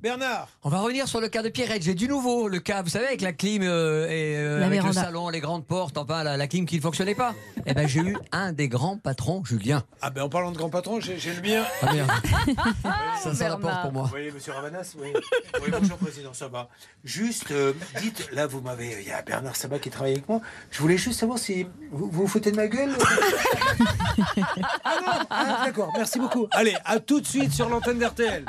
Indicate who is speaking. Speaker 1: Bernard
Speaker 2: On va revenir sur le cas de Pierrette. J'ai du nouveau le cas, vous savez, avec la clim euh, et euh,
Speaker 3: La
Speaker 2: avec le
Speaker 3: véranda.
Speaker 2: salon, les grandes portes, enfin la, la clim qui ne fonctionnait pas. Eh ben j'ai eu un des grands patrons, Julien.
Speaker 1: Ah ben en parlant de grand patron, j'ai j'ai le mien.
Speaker 2: Ah merde. ça sent la porte
Speaker 3: Bernard.
Speaker 2: pour moi.
Speaker 4: Oui, monsieur Ravanas, oui. Oui, bonjour, président Sabat. Juste, euh, dites, là, vous m'avez. Il y a Bernard Sabat qui travaille avec moi. Je voulais juste savoir si vous vous, vous foutez de ma gueule. ah,
Speaker 1: Ah, d'accord, merci beaucoup. Allez, à tout de suite sur l'antenne d'RTL.